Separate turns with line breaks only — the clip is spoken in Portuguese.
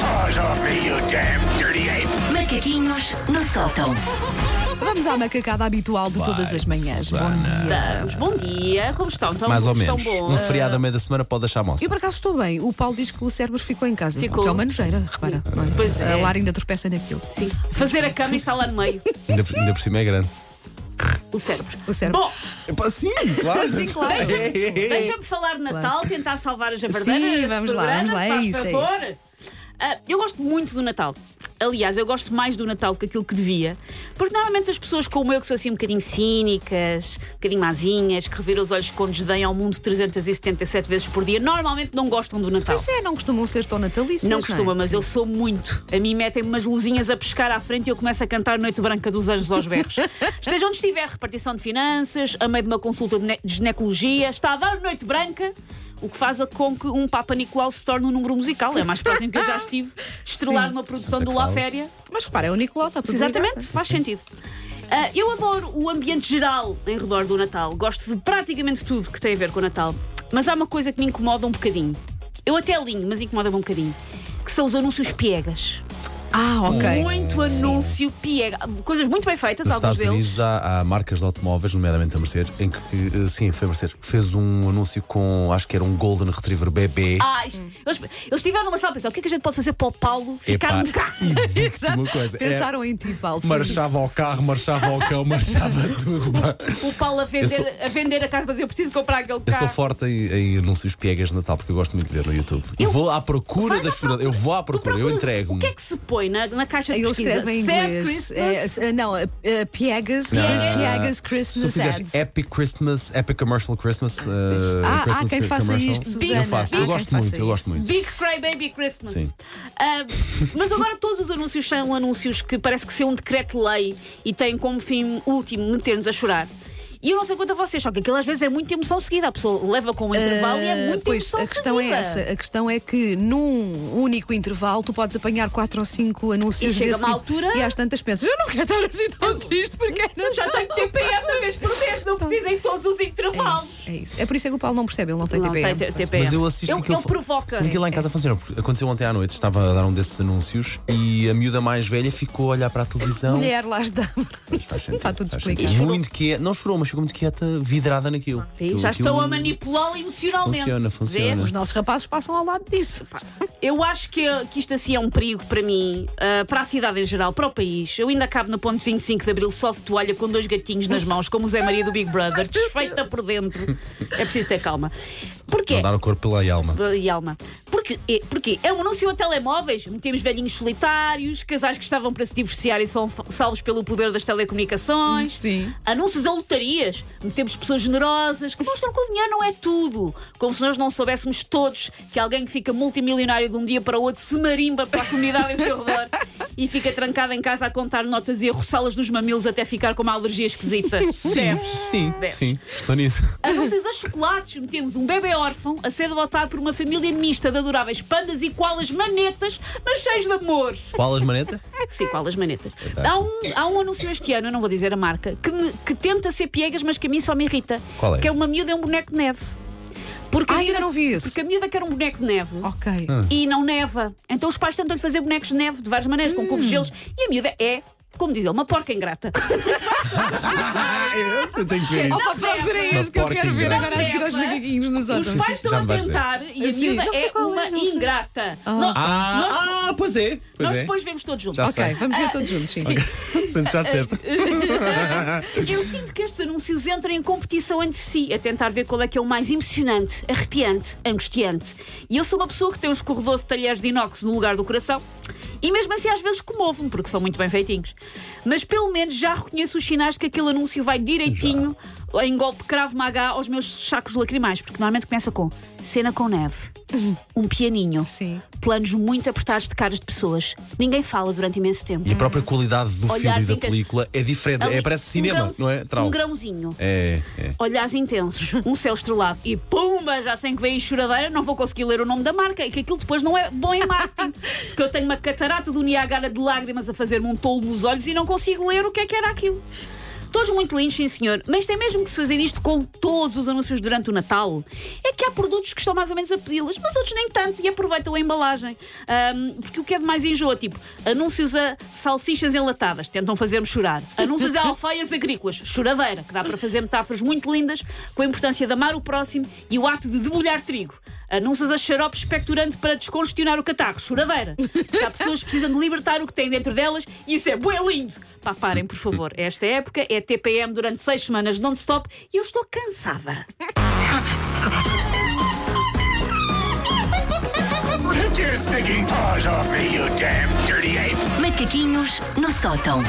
paws off me, you damn dirty ape!
Macaquinhos no sótão.
Vamos à macacada habitual de todas as manhãs. Bom dia.
Vamos, bom dia, como estão? Estão
Mais ou
estão
menos. Um
bons?
feriado a meio da semana pode deixar moça.
Eu por acaso estou bem. O Paulo diz que o cérebro ficou em casa.
Ficou.
Que é uma nojeira, repara. não
Pois é.
A Lara ainda tropeça naquilo.
Sim. Fazer a cama e está lá no meio.
Ainda, por- ainda por cima é grande.
O cérebro.
O cérebro.
Bom,
Sim, claro. Sim, claro.
deixa-me falar de Natal, tentar salvar a jabardeira.
Sim,
deste
vamos lá,
programa,
vamos lá,
se
é
faz
isso, é
favor. Ah, eu gosto muito do Natal. Aliás, eu gosto mais do Natal do que aquilo que devia, porque normalmente as pessoas como eu, que sou assim um bocadinho cínicas, um bocadinho mazinhas, que reviram os olhos com desdém ao mundo 377 vezes por dia, normalmente não gostam do Natal.
Pois é, não costumam ser tão natalícios.
Não costuma,
é?
mas
Sim.
eu sou muito. A mim metem-me umas luzinhas a pescar à frente e eu começo a cantar Noite Branca dos Anjos aos berros. Esteja onde estiver, repartição de finanças, a meio de uma consulta de ne- de ginecologia, está a dar Noite Branca, o que faz com que um Papa Nicolau se torne um número musical. É mais próximo que eu já estive de estrelar
Sim.
numa produção
Santa
do La
Claus.
Féria.
Mas repara, é o Nicolau, está tudo
Exatamente,
ligado.
faz sentido. Ah, eu adoro o ambiente geral em redor do Natal. Gosto de praticamente tudo que tem a ver com o Natal. Mas há uma coisa que me incomoda um bocadinho. Eu até alinho, mas incomoda-me um bocadinho. Que são os anúncios piegas.
Ah, ok.
Muito anúncio piega. Coisas muito bem feitas,
Nos
alguns
Estados
deles.
Unidos há, há marcas de automóveis, nomeadamente a Mercedes, em que, que, sim, foi a Mercedes, que fez um anúncio com, acho que era um Golden Retriever bebê.
Ah, isto, eles, eles tiveram uma sala a pensar, o que é que a gente pode fazer para o Paulo ficar um no carro?
Exato. Uma coisa. É,
Pensaram em ti, Paulo. foi
marchava ao carro, marchava ao cão, marchava tudo. pá.
O Paulo a vender,
Eu
a, vender a casa, mas eu preciso comprar aquele
Eu
carro.
sou forte em, em anúncios piegas de Natal, porque eu gosto muito de ver no YouTube. Eu, vou à procura das choradas. Eu vou à
Tu
procura, eu
procuras- O
entrego-me.
que é que se põe na, na caixa de
Ele
pesquisa?
escreve em
Sad
inglês.
Christmas?
É, não, eh, eh, Piegas,
Não.
Piegas
Ah. Se tu
é Christmas Ads.
fizeres Epic Christmas, Epic Commercial Christmas, uh,
Ah, há
Christmas
quem faça
commercial,
isto,
Susana.
eu faço.
Há
Eu
quem
gosto
faça
muito, eu
isto.
gosto muito.
Big Cry Baby Christmas.
Sim.
Ah, mas agora todos os anúncios são anúncios que parece que ser um decreto-lei e têm como fim último meter-nos a chorar. E eu não sei quanto a vocês, só que aquilo às vezes é muita emoção seguida. A pessoa leva com um intervalo e é
Ah,
muito
pois,
emoção
a questão é
seguida.
essa. A questão é que num único intervalo tu podes apanhar quatro ou cinco anúncios
E chega
desse
uma
tipo.
altura-
e às tantas pensas, eu não quero estar assim tão triste porque é
Eu já tenho TPM uma vez por mês, não preciso em todos os
Natal."
intervalos.
É isso, é isso. É por isso é que o Paulo não percebe, ele não tem é
Não,
TPM.
tem TPM.
Mas eu assisto
Ele-
aquilo.
ele provoca.
Mas aquilo é lá em casa funciona. porque Aconteceu ontem à noite, estava a dar um desses anúncios e a miúda mais velha ficou a olhar para a televisão.
Mulher, lá está.
Faz sentido,
Está tudo
faz
explicado.
sentido. Muito quieta, não chorou, mas ficou muito quieta, vidrada naquilo.
Sim,
Aquilo-
já estão a
aquilo-
manipulá-lo emocionalmente.
Funciona, funciona.
Vês?
Os nossos rapazes passam ao lado disso.
Eu acho que, que isto assim é um perigo para mim, ah, para a cidade em geral, para o país. Eu ainda acabo no ponto 25 de abril só de toalha com dois gatinhos nas mãos, como o Zé Maria do Big Brother, desfeita por dentro. É preciso ter calma. Porquê?
Não dar o corpo pela alma.
E alma. Porque, é, porque é um anúncio a telemóveis. Metemos velhinhos solitários, casais que estavam para se divorciar e são fa- salvos pelo poder das telecomunicações.
Sim.
Anúncios a lotarias. Metemos pessoas generosas que mostram que o dinheiro não é tudo. Como se nós não soubéssemos todos que alguém que fica multimilionário de um dia para o outro se marimba para a comunidade em seu redor e fica trancado em casa a contar notas e a roçá-las nos mamilos até ficar com uma alergia esquisita. Deves.
Sim,
Deves.
sim, estou nisso.
Anúncios a chocolates, metemos um bebê órfão a ser adotado por uma família mista de adoráveis pandas e koalas manetas, mas cheios de amor.
Qual as maneta?
Sim, koalas manetas. Há um, há um anúncio este ano, eu não vou dizer a marca, que, me- que tenta ser piegas, mas que a mim só me irrita.
Qual é?
Que é uma miúda e um boneco de neve. Porque a
Ah, ainda
miúda-
não vi Oh. esse.
Porque a miúda quer um boneco de neve.
Ok.
Ah.
E não neva. Então os pais tentam-lhe fazer bonecos de neve de várias maneiras,
Hum.
com cubos de gelos. E a miúda é, como diz ele, uma porca ingrata.
Ah, esse eu tenho que ver
Oh,
isso.
pá, procurei
Uma
isso que eu
porca
quero ver
ingrata.
agora a seguir aos
Não é?
macaquinhos nos
Os
outros.
pais estão
Já
a
me vais dizer.
tentar e a
Sim,
miúda
não sei
é
qual é,
uma
não sei. Oh.
ingrata. Nó- nós
Ah, ah, pois é. Pois
nós
é.
depois vemos todos juntos.
Já
Ok, vamos ver todos juntos, sim.
Sim, Já disseste.
Eu sinto que estes anúncios entram em competição entre si, a tentar ver qual é que é o mais emocionante, arrepiante, angustiante. E eu sou uma pessoa que tem um escorredor de talheres de inox no lugar do coração. E mesmo assim às vezes comovo-me, porque são muito bem feitinhos. Mas pelo menos já reconheço os sinais de que aquele anúncio vai direitinho em golpe cravo magá aos meus sacos lacrimais, porque normalmente começa com cena com neve, um pianinho,
Sim.
planos muito apertados de caras de pessoas, ninguém fala durante imenso tempo.
E a própria qualidade do
Olhar
filme e da
dicas.
película é diferente.
Ali,
É, parece
um
cinema,
grãozinho-
não é? Trau.
Um grãozinho.
É, é.
Olhares intensos, um céu estrelado e pumba, já sem que vem choradeira, não vou conseguir ler o nome da marca e que aquilo depois não é bom em marketing. que eu tenho uma catarata do Niagara de lágrimas a fazer-me um tolo nos olhos e não consigo ler o que é que era aquilo. Todos muito lindos, sim senhor, mas tem mesmo que se fazer isto com todos os anúncios durante o Natal. É que há produtos que estão mais ou menos a pedi-las, mas outros nem tanto e aproveitam a embalagem. Ahm, porque o que é de mais enjoa, tipo, anúncios a salsichas enlatadas, tentam fazer-me chorar. Anúncios a alfaias agrícolas, choradeira, que dá para fazer metáforas muito lindas com a importância de amar o próximo e o ato de debulhar trigo. Anúncios a xarope expectorante para descongestionar o catarro. Choradeira. Porque Há pessoas que precisam de libertar o que têm dentro delas e isso é bué lindo. Pá, parem, por favor. Esta época é TPM durante seis semanas non-stop e eu estou cansada.
Take your stinking paws off me, you damn dirty ape!
Macaquinhos no sótão.